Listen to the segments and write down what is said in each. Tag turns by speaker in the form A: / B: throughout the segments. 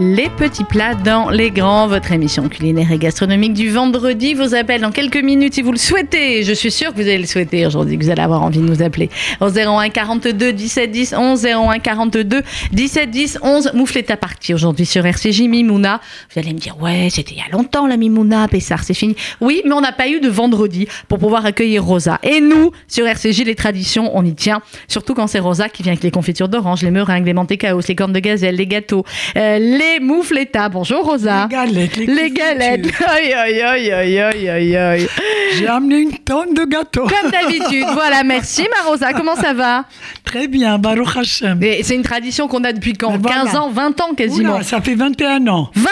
A: Les petits plats dans les grands, votre émission culinaire et gastronomique du vendredi vous appelle dans quelques minutes si vous le souhaitez. Je suis sûre que vous allez le souhaiter aujourd'hui, que vous allez avoir envie de nous appeler. Au 01 42 17 10 11, 01 42 17 10 11. Mouflette à partie aujourd'hui sur RCJ Mimouna. Vous allez me dire, ouais, c'était il y a longtemps la Mimouna, Pessard, c'est fini. Oui, mais on n'a pas eu de vendredi pour pouvoir accueillir Rosa. Et nous, sur RCJ, les traditions, on y tient. Surtout quand c'est Rosa qui vient avec les confitures d'orange, les meringues, les mantecaos, les cornes de gazelle, les gâteaux, euh, les moufletas. Bonjour Rosa.
B: Les galettes, les,
A: Ah. Les
B: confitures.
A: galettes. Aïe, aïe, aïe, aïe, aïe, aïe, aïe.
B: J'ai amené une tonne de gâteaux.
A: Comme d'habitude. Voilà, merci ma Rosa. Comment ça va
B: Très bien, Baruch Hashem.
A: Et C'est une tradition qu'on a depuis quand
B: Ben voilà.
A: 15 ans, 20 ans quasiment.
B: Oula, ça fait 21 ans.
A: 21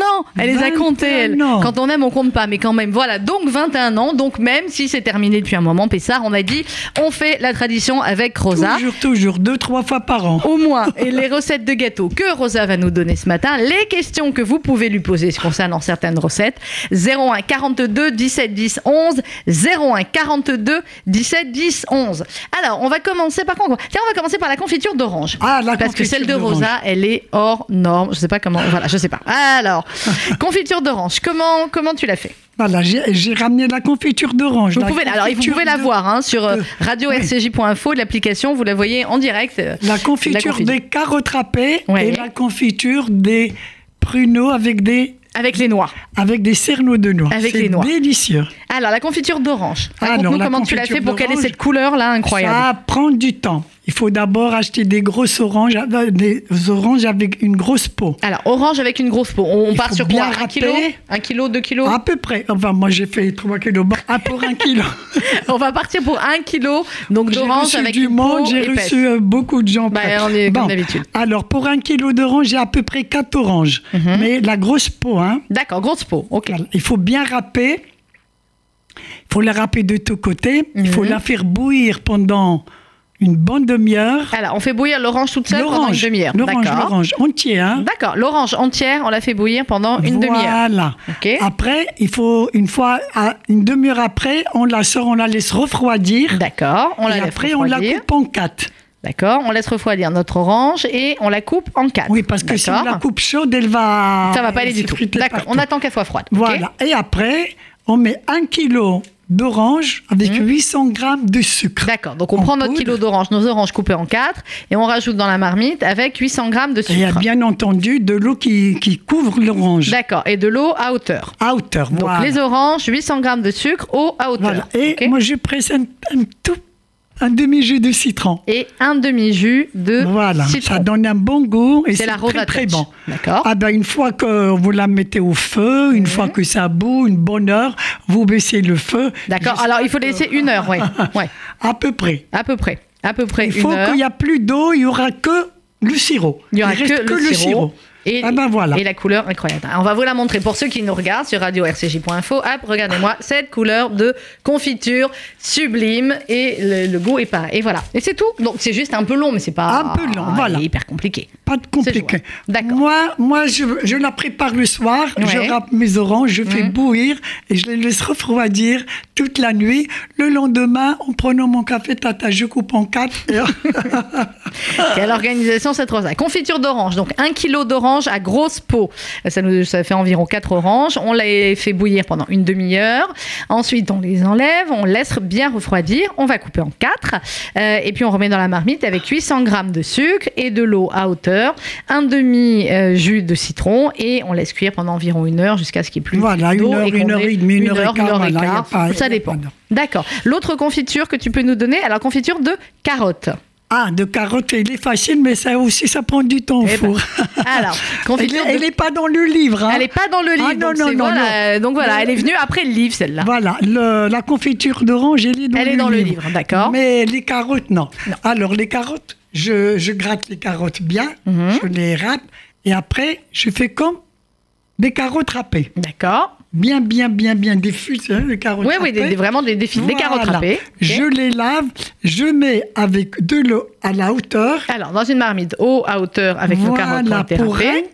A: ans Elle les a comptés, elle.
B: 21 ans.
A: Quand on aime, on compte pas, mais quand même. Voilà, donc 21 ans. Donc même si c'est terminé depuis un moment, Pessard, on a dit, on fait la tradition avec Rosa. Oh.
B: Toujours, toujours, deux, trois fois par an.
A: Au moins, et les recettes de gâteaux que Rosa va nous donner ce matin, les questions que vous pouvez lui poser concernant certaines recettes, 01 42 17 10 11, 01 42 17 10 11. Alors, on va commencer par contre, tiens, on va commencer par la confiture d'orange.
B: Ah, la
A: Parce que
B: confiture
A: celle de
B: d'orange.
A: Rosa, elle est hors norme. Je sais pas comment. Voilà, je sais pas. Alors, confiture d'orange, comment, comment tu l'as fait
B: Voilà, j'ai j'ai ramené la confiture d'orange.
A: vous
B: la
A: pouvez, Alors, vous
B: confiture
A: pouvez la
B: de-
A: voir hein, sur
B: de-
A: radio-rcj.info, l'application, vous la voyez en direct. euh,
B: La confiture,
A: la confiture.
B: des carottes râpées
A: Ouais.
B: et la confiture des pruneaux avec des,
A: Avec les noix.
B: avec des cerneaux de noix.
A: Avec
B: C'est
A: les noix.
B: délicieux.
A: Alors, la confiture d'orange.
B: Ah
A: Raconte-nous
B: non, la
A: comment tu l'as fait
B: confiture
A: pour qu'elle ait
B: d'orange,
A: cette couleur-là incroyable.
B: Ça prend du temps. Il faut d'abord acheter des grosses oranges, euh, des oranges avec une grosse peau.
A: Alors, orange avec une grosse peau. On, on
B: Il
A: part
B: faut
A: sur quoi
B: bien
A: Un
B: râper. Ah.
A: kilo Un kilo, deux kilos
B: À peu près. Enfin, moi, j'ai fait 3 kilos. Bon, Ah, pour un kilo.
A: On va partir pour un kilo donc
B: J'ai
A: d'orange
B: reçu
A: avec
B: du
A: une
B: monde,
A: peau
B: j'ai
A: épaisse.
B: reçu euh, beaucoup de gens.
A: Bah,
B: près.
A: on est comme d'habitude.
B: Alors, pour un kilo d'orange, j'ai à peu près 4 oranges. Mais la grosse peau, hein.
A: D'accord, grosse peau. Mhm. Ok.
B: Voilà. Il faut bien râper. Il faut la râper de tous côtés. Il
A: Mhm.
B: faut la faire bouillir pendant une bonne demi-heure.
A: Alors, on fait bouillir l'orange toute seule Ah, pendant une
B: L'orange,
A: demi-heure.
B: l'orange,
A: D'accord.
B: l'orange entier, hein.
A: D'accord, l'orange entière, on la fait bouillir pendant une demi-heure.
B: Voilà.
A: Ok.
B: Après, il faut une fois, à- une demi-heure après, on la sort, on la laisse refroidir.
A: D'accord, on la
B: et
A: laisse
B: après, on la
A: refroidir.
B: coupe en quatre.
A: D'accord, on laisse refroidir notre orange et on la coupe en quatre.
B: Oui, parce que si on
A: D'accord.
B: la coupe chaude, elle va.
A: ça va pas aller
B: elle
A: du
B: se
A: tout.
B: friter
A: D'accord,
B: partout.
A: on attend qu'elle soit froide. ok
B: Voilà. Et après, on met un kilo d'orange avec 800 grammes de sucre.
A: Mhm. D'accord, donc on
B: En
A: prend notre
B: poudre.
A: kilo d'orange, nos oranges coupées en quatre, et on rajoute dans la marmite avec 800 grammes de
B: Et il y a
A: sucre.
B: Eh bien entendu de l'eau qui, qui couvre l'orange.
A: D'accord, et de l'eau à hauteur.
B: À hauteur.
A: Donc
B: voilà.
A: les oranges, 800 grammes de sucre, eau à hauteur.
B: Voilà. Et
A: Ok
B: moi, je presse un, un tout, un demi-jus de citron.
A: Et un demi-jus de
B: Voilà,
A: Euh, citron.
B: ça donne un bon goût et
A: C'est
B: c'est
A: la
B: très
A: Rova
B: très
A: Touch. Oh.
B: bon.
A: D'accord.
B: Ah ben une fois que vous la mettez au feu, une
A: Mhm.
B: fois que ça bout, une bonne heure, vous baissez le feu.
A: D'accord,
B: Juste
A: alors il faut laisser une heure, ouais. ouais.
B: À peu près.
A: À peu près. À peu près
B: Il
A: une
B: faut
A: heure.
B: qu'il n'y a plus d'eau, il n'y aura que le sirop.
A: Il y aura
B: reste
A: que, le sirop. Et,
B: Ah ben voilà.
A: et la couleur incroyable. On va vous la montrer pour ceux qui nous regardent sur radio-rcj.info. Hop, regardez-moi cette couleur de confiture sublime et le, le goût est pas. Et voilà. Et c'est tout. Donc c'est juste un peu long, mais c'est pas Ah,
B: Un peu long, voilà.
A: hyper compliqué.
B: Pas de
A: jouable.
B: compliqué.
A: D'accord.
B: Moi, moi je, je la prépare le soir, je
A: Ouais. Mmh.
B: râpe mes oranges, je fais bouillir et je les laisse refroidir toute la nuit. Le lendemain, en prenant mon café tata, je coupe en quatre.
A: Quelle organisation cette rosa Confiture d'orange, donc un kilo d'orange à grosse peau. Euh, Ça nous ça fait environ 4 oranges. On les fait bouillir pendant une demi-heure. Ensuite, on les enlève, on laisse bien refroidir. On va couper en 4. et puis, on remet dans la marmite avec 800 grammes de sucre et de l'eau à hauteur, un demi-jus de citron et on laisse cuire pendant environ une heure jusqu'à ce qu'il n'y ait plus
B: Voilà,
A: d'eau
B: une heure,
A: et qu'on
B: une heure
A: ait
B: et demie, une heure et quart,
A: une heure et
B: voilà,
A: quart.
B: y a pas- y
A: Ça
B: a
A: dépend.
B: pas d'heure.
A: D'accord. L'autre confiture que tu peux nous donner, alors confiture de carotte.
B: Ah, de carottes, il est facile, mais ça aussi, ça prend du temps au
A: Eh ben,
B: four.
A: Alors,
B: Elle
A: confiture de
B: n'est pas dans le livre. hein.
A: Elle n'est pas dans le livre.
B: Ah, non,
A: donc
B: non,
A: c'est-
B: non,
A: voilà,
B: non.
A: euh, donc voilà, elle est venue après le livre, celle-là.
B: Voilà, le- la confiture d'orange, elle est dans,
A: Elle
B: le,
A: est dans le
B: livre.
A: livre, d'accord.
B: Mais les carottes, non. Alors, les carottes, je, je gratte les carottes bien,
A: Mhm.
B: je les râpe, et après, je fais comme des carottes râpées.
A: D'accord.
B: Bien, bien, bien, bien diffuses, hein, les carottes
A: Oui, oui,
B: râpées.
A: des- des- vraiment des, des, fil- des carottes
B: Voilà.
A: râpées. Ok.
B: Je les lave, je mets avec de l'eau à la hauteur.
A: Alors, dans une marmite, eau à hauteur avec nos carottes qui ont
B: Voilà,
A: été
B: pour un,
A: râpées.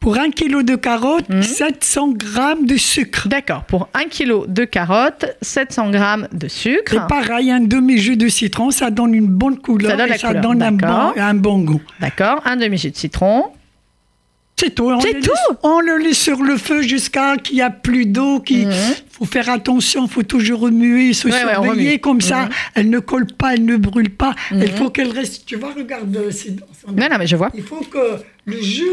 B: pour un kilo de carottes,
A: Mhm.
B: 700 grammes de sucre.
A: D'accord. Pour 1 kg de carottes, 700 g de
B: Et
A: sucre.
B: pareil, un demi-jus de citron, ça donne une bonne couleur
A: Ça donne
B: et
A: la
B: ça
A: couleur,
B: donne un
A: d'accord.
B: bon, un bon goût.
A: D'accord. Un demi-jus de citron.
B: C'est tout. On
A: C'est
B: le
A: tout
B: laisse- On le laisse sur le feu jusqu'à qu'il n'y a plus d'eau. Qu'il faut faire attention, faut toujours remuer, se
A: Mhm. Ouais, ouais, on
B: surveiller
A: remue. Mhm.
B: comme ça. Elle ne colle pas, elle ne brûle pas. Il faut qu'elle reste. Tu vois, regarde. euh, c'est-
A: Non, non, mais je vois.
B: Il faut que le jus,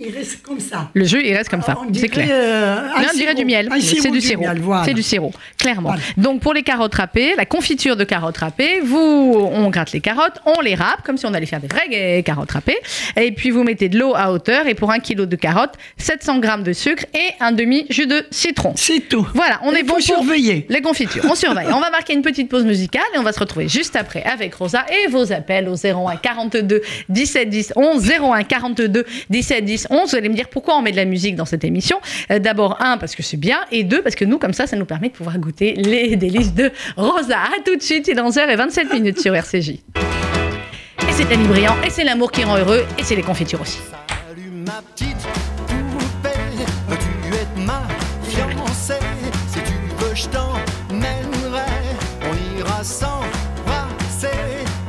B: il reste comme ça.
A: Le jeu, il reste comme ça.
B: Ah, On
A: C'est
B: dirait,
A: clair.
B: euh, un
A: Non, on dirait
B: sirop.
A: du miel.
B: Un
A: C'est du sirop.
B: miel, voilà.
A: C'est du sirop, clairement.
B: Voilà.
A: Donc pour les carottes râpées, la confiture de carottes râpées, vous, on gratte les carottes, on les râpe comme si on allait faire des vraies gue- carottes râpées. Et puis vous mettez de l'eau à hauteur et pour un kilo de carottes, 700 grammes de sucre et un demi jus de citron.
B: C'est tout.
A: Voilà, on
B: Il
A: est bon
B: faut
A: pour
B: surveiller.
A: les confitures. On surveille. On va marquer une petite pause musicale et on va se retrouver juste après avec Rosa et vos appels au 01 42 17 10 11 01 42 17 10 11. Vous allez me dire pourquoi on met de la musique dans cette émission. Euh, D'abord un parce que c'est bien et deux parce que nous comme ça ça nous permet de pouvoir goûter les délices de Rosa. À tout de suite, il est 11h27 minutes sur RCJ. Et c'est Dany Briand et c'est l'amour qui rend heureux et c'est les confitures aussi.
C: Salut ma petite poupée, veux-tu être ma fiancée Si tu veux, je t'emmènerai, on ira s'embrasser.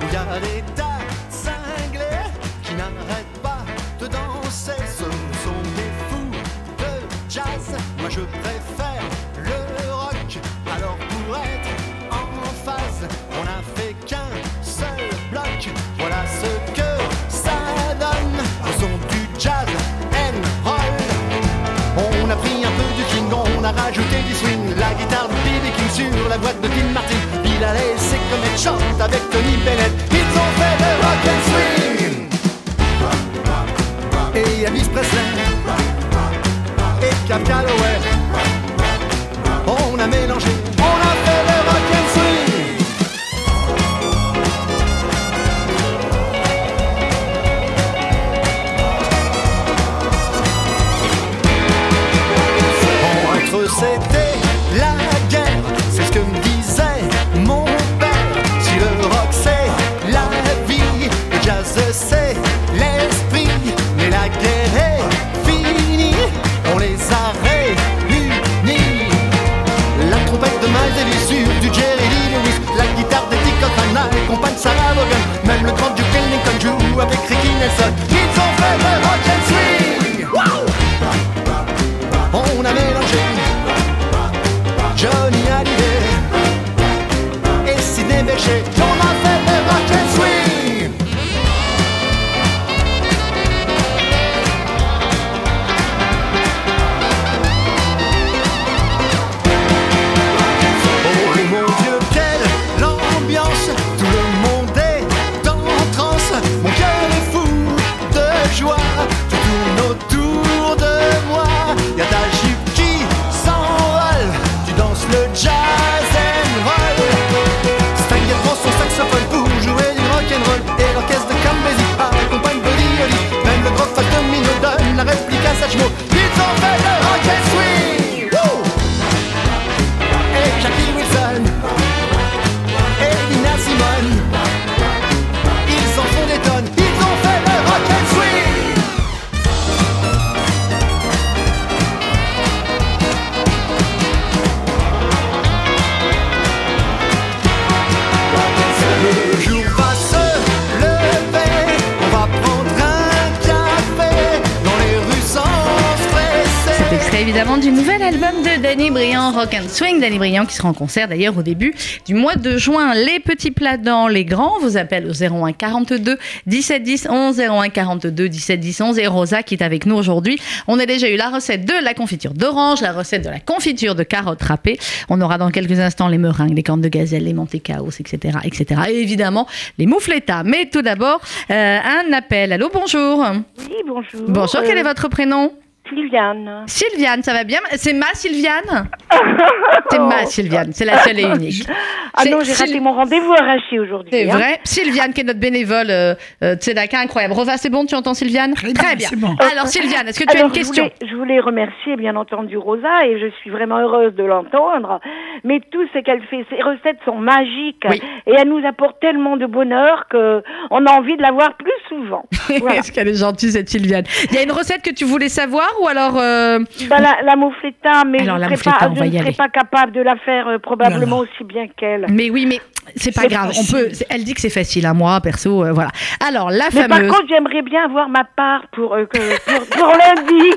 C: Où y a des tas de cinglés qui n'arrêtent pas de danser. Ce sont des fous de jazz, moi je préfère le rock. Alors pour être en phase, on n'a fait qu'un seul bloc. Voilà ce que ça donne. Faisons du jazz and roll. On a pris un peu du King, on a rajouté du swing La guitare de B.B. King sur la boîte de Tim Martin Il a laissé Comet chante avec Tony Bennett Ils ont fait le rock and swing Et Elvis Presley Et Cap Calloway On a mélangé, on a fait le rock and swing Entre c'était la guerre, c'est ce que me disait mon père. Si le rock c'est la vie, le jazz c'est l'esprit, mais la guerre est finie, on les a réunis. La trompette de Miles sur du Jerry Lee Lewis, la guitare de Dick Cotton accompagne Sarah Vaughan, même le grand du Lincoln joue avec Ricky Nelson. Ils ont fait le rock and swing. Wow! on a mélangé Johnny Hallyday et Sidney Bechet. On a fait le rock and swing. Oh mon Dieu, quelle l'ambiance Tout le monde est en transe Mon cœur est fou de joie Tout tourne autour de moi Y'a ta jupe qui s'envole Tu danses le jazz and roll Stringel prend son saxophone pour jouer du rock'n'roll Et l'orchestre de Cambésis accompagne Buddy Holly Même le grand Fatomino donne la réplique à Satchmo Ils ont fait le rock and swing Wouh et Jackie Wilson et Nina Simone. Ils en font des tonnes, ils ont fait le rock and swing. Le jour va se lever, on va prendre un café dans les rues sans stresser.
A: C'est extrait évidemment du nouvel album de Danny Briand, Rock and Swing. Danny Briand qui sera en concert d'ailleurs au début du mois de juin. Les petits plats dans les grands vous appelle au 01 42 17 10 11 01 42 17 10 11 et Rosa qui est avec nous aujourd'hui. On a déjà eu la recette de la confiture d'orange, la recette de la confiture de carottes râpées. On aura dans quelques instants les meringues, les cornes de gazelle, les mantecaos, etc., etc. Et évidemment les moufletas. Mais tout d'abord euh, un appel. Allô, bonjour.
D: Oui, bonjour.
A: Bonjour. Quel est
D: Euh,
A: votre prénom?
D: Sylviane.
A: Sylviane, ça va bien C'est ma Sylviane C'est ma Sylviane, c'est la seule et unique.
D: Ah
A: C'est-
D: non, j'ai raté
A: Syl-
D: mon rendez-vous à Rachi aujourd'hui.
A: C'est
D: hein.
A: vrai. Sylviane, qui est notre bénévole euh, euh, Tzedaka, incroyable. Rova, c'est bon, tu entends Sylviane
B: Très bien, c'est bon.
A: Alors, Sylviane, est-ce que tu as
D: Alors,
A: une question
D: je voulais, je voulais remercier bien entendu Rosa et je suis vraiment heureuse de l'entendre. Mais tout ce qu'elle fait, ses recettes sont magiques
A: Oui.
D: et elle nous apporte tellement de bonheur que on a envie de la voir plus souvent. Voilà.
A: Est-ce qu'elle est gentille, cette Sylviane Il y a une recette que tu voulais savoir ou alors. euh,
D: Bah, la, la moufletta, mais
A: Alors,
D: je
A: la
D: ne serais pas,
A: moufletta, on
D: je
A: va
D: ne
A: y
D: serais
A: aller.
D: pas capable de la faire euh, probablement aussi bien qu'elle.
A: Mais oui, mais C'est pas
D: C'est
A: grave, on
D: facile.
A: peut. c'est- Elle dit que c'est facile à moi, perso, euh, voilà. Alors la
D: Mais par
A: fameuse.
D: contre, j'aimerais bien avoir ma part pour, euh, que- pour, pour lundi.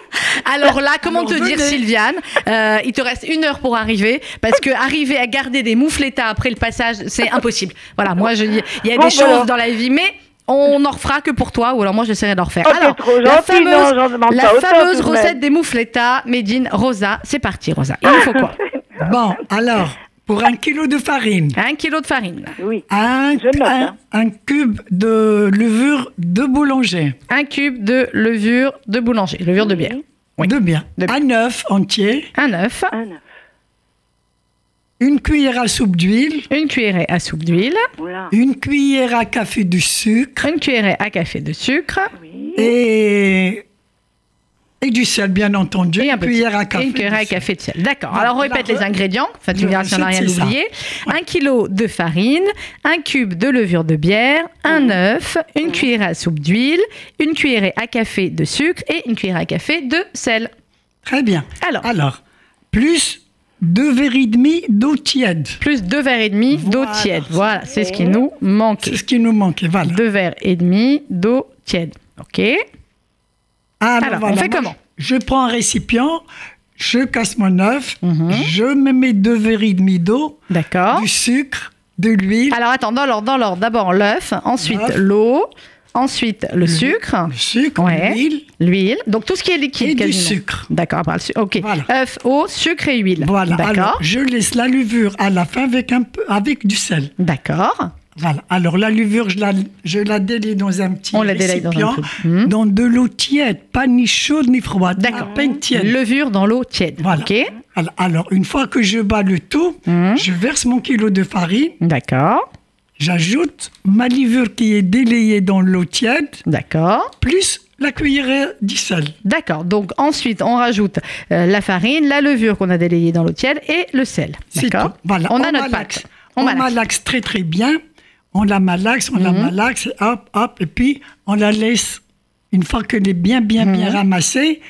A: Alors là, comment te dire,
B: venez.
A: Sylviane euh, Il te reste une heure pour arriver, parce que arriver à garder des moufletas après le passage, c'est impossible. Voilà, moi, je, il y a
D: Bon,
A: des
D: bah alors.
A: choses dans la vie, mais on en refera que pour toi, ou alors moi, j'essaierai d'en refaire.
D: Oh, t'es
A: alors,
D: trop
A: la
D: gentil, non,
A: fameuse,
D: j'en demande
A: la
D: pas autant,
A: fameuse
D: tout de même.
A: recette des moufletas, Médine, Rosa, c'est parti, Rosa. Il nous faut quoi
B: Bon, alors, pour un kilo de farine,
A: Un kilo de farine,
D: Oui.
B: un,
D: Je note,
B: un-
D: hein.
B: un cube de levure de boulanger,
A: un cube de levure de boulanger, levure de bière, Oui.
B: de bien,
A: De bien.
B: un œuf entier,
A: un œuf,
D: Un œuf.
B: une cuillère à soupe d'huile,
A: une cuillerée à soupe d'huile,
D: Oula.
B: une cuillère à café du sucre
A: une cuillerée à café de sucre,
B: et, et du sel, bien entendu.
A: Et un petit-
B: cuillère à
A: et
B: café.
A: une cuillère
B: du
A: à
B: sucre.
A: café de sel. D'accord.
B: Voilà,
A: Alors, on répète
B: la re-
A: les ingrédients. Enfin, tu
B: la
A: verras si on n'a rien
B: recette, c'est ça.
A: oublié. Un kilo de farine, un cube de levure de bière, un œuf, une cuillère à soupe d'huile, une cuillerée à café de sucre et une cuillère à café de sel.
B: Très bien.
A: Alors.
B: plus deux verres et demi d'eau tiède.
A: Plus deux verres et demi d'eau
B: Voilà. Oh.
A: tiède. Voilà, c'est ce qui nous manque.
B: C'est ce qui nous manquait, voilà.
A: Deux verres et demi d'eau tiède. OK. Alors, on fait
B: Moi,
A: comment
B: Je prends un récipient, je casse mon œuf,
A: Mhm.
B: je me mets deux verres et demi d'eau,
A: D'accord.
B: du sucre, de l'huile,
A: Alors, attends, dans l'ordre, dans l'ordre. D'abord l'œuf, ensuite
B: L'œuf.
A: l'eau, ensuite le sucre.
B: du sucre,
A: Ouais.
B: l'huile.
A: L'huile, donc tout ce qui est liquide.
B: Et du
A: quasiment.
B: sucre.
A: D'accord, après le sucre. Ok.
B: Voilà.
A: Œuf, eau, sucre et huile.
B: Voilà.
A: D'accord.
B: Alors, je laisse la levure à la fin avec un peu, avec du sel.
A: D'accord.
B: Voilà. Alors la levure, je la, je la délie dans un petit
A: On la délie dans un
B: récipient,
A: truc.
B: dans,
A: Mhm.
B: de l'eau tiède, pas ni chaude ni froide,
A: D'accord.
B: à peine tiède.
A: Levure dans l'eau tiède.
B: Voilà.
A: Ok.
B: Al- Alors, une fois que je bats le tout,
A: Mhm.
B: je verse mon kilo de farine,
A: D'accord.
B: j'ajoute ma levure qui est délayée dans l'eau tiède,
A: D'accord.
B: plus la cuillerée du sel.
A: D'accord. Donc ensuite, on rajoute euh, la farine, la levure qu'on a délayée dans l'eau tiède et le sel.
B: C'est
A: D'accord.
B: tout. Voilà,
A: On a Mhm. notre
B: malaxe.
A: pâte.
B: On,
A: On malaxe.
B: malaxe très très bien. On la malaxe, on la malaxe, et hop, hop, et puis on la laisse, une fois qu'elle est bien, bien, bien
A: Mhm.
B: ramassée,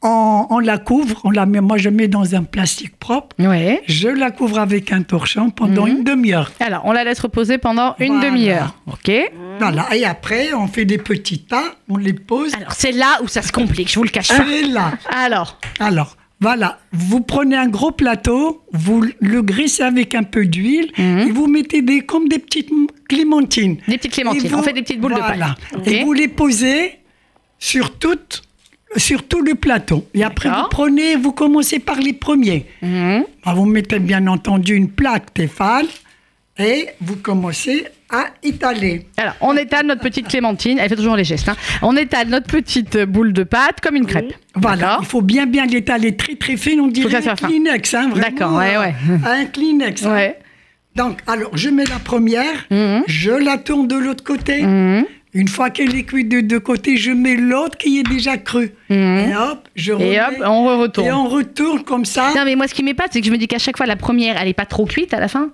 B: on, on la couvre, on la met, moi je mets dans un plastique propre,
A: Ouais.
B: je la couvre avec un torchon pendant
A: Mhm.
B: une demi-heure.
A: Alors, on la laisse reposer pendant une
B: Voilà.
A: demi-heure. Ok.
B: Voilà, et après, on fait des petits tas, on les pose.
A: Alors, c'est là où ça se complique. Je vous le cache pas.
B: C'est là.
A: Alors,
B: Alors, voilà, vous prenez un gros plateau, vous le graissez avec un peu d'huile et vous mettez des, comme des petites m- clémentines.
A: Mhm. Des petites clémentines.
B: Et vous-
A: On fait des petites boules de
B: voilà.
A: pâte.
B: Et
A: Ok.
B: vous les posez sur toute sur tout le plateau. Et après,
A: D'accord.
B: vous prenez, vous commencez par les premiers.
A: Mhm.
B: Ah, Vous mettez bien entendu une plaque téfale et vous commencez à étaler.
A: Alors, on étale notre petite clémentine. Elle fait toujours les gestes. hein. On étale notre petite euh, boule de pâte comme une crêpe.
B: Voilà,
A: D'accord.
B: il faut bien bien l'étaler très très fine, on
A: que ça
B: dirait
A: soit
B: un
A: fin.
B: Kleenex, hein, vraiment,
A: D'accord, ouais,
B: euh,
A: ouais.
B: Un Kleenex. hein.
A: Ouais.
B: Donc, alors, je mets la première,
A: Mhm.
B: je la tourne de l'autre côté.
A: Mmh.
B: Une fois qu'elle est cuite de deux côtés, je mets l'autre qui est déjà crue. Et hop, je
A: Mhm. Et hop,
B: remets.
A: on retourne.
B: Et on retourne comme ça.
A: Non, mais moi, ce qui m'épate, c'est que je me dis qu'à chaque fois, la première, elle est pas trop cuite à la fin.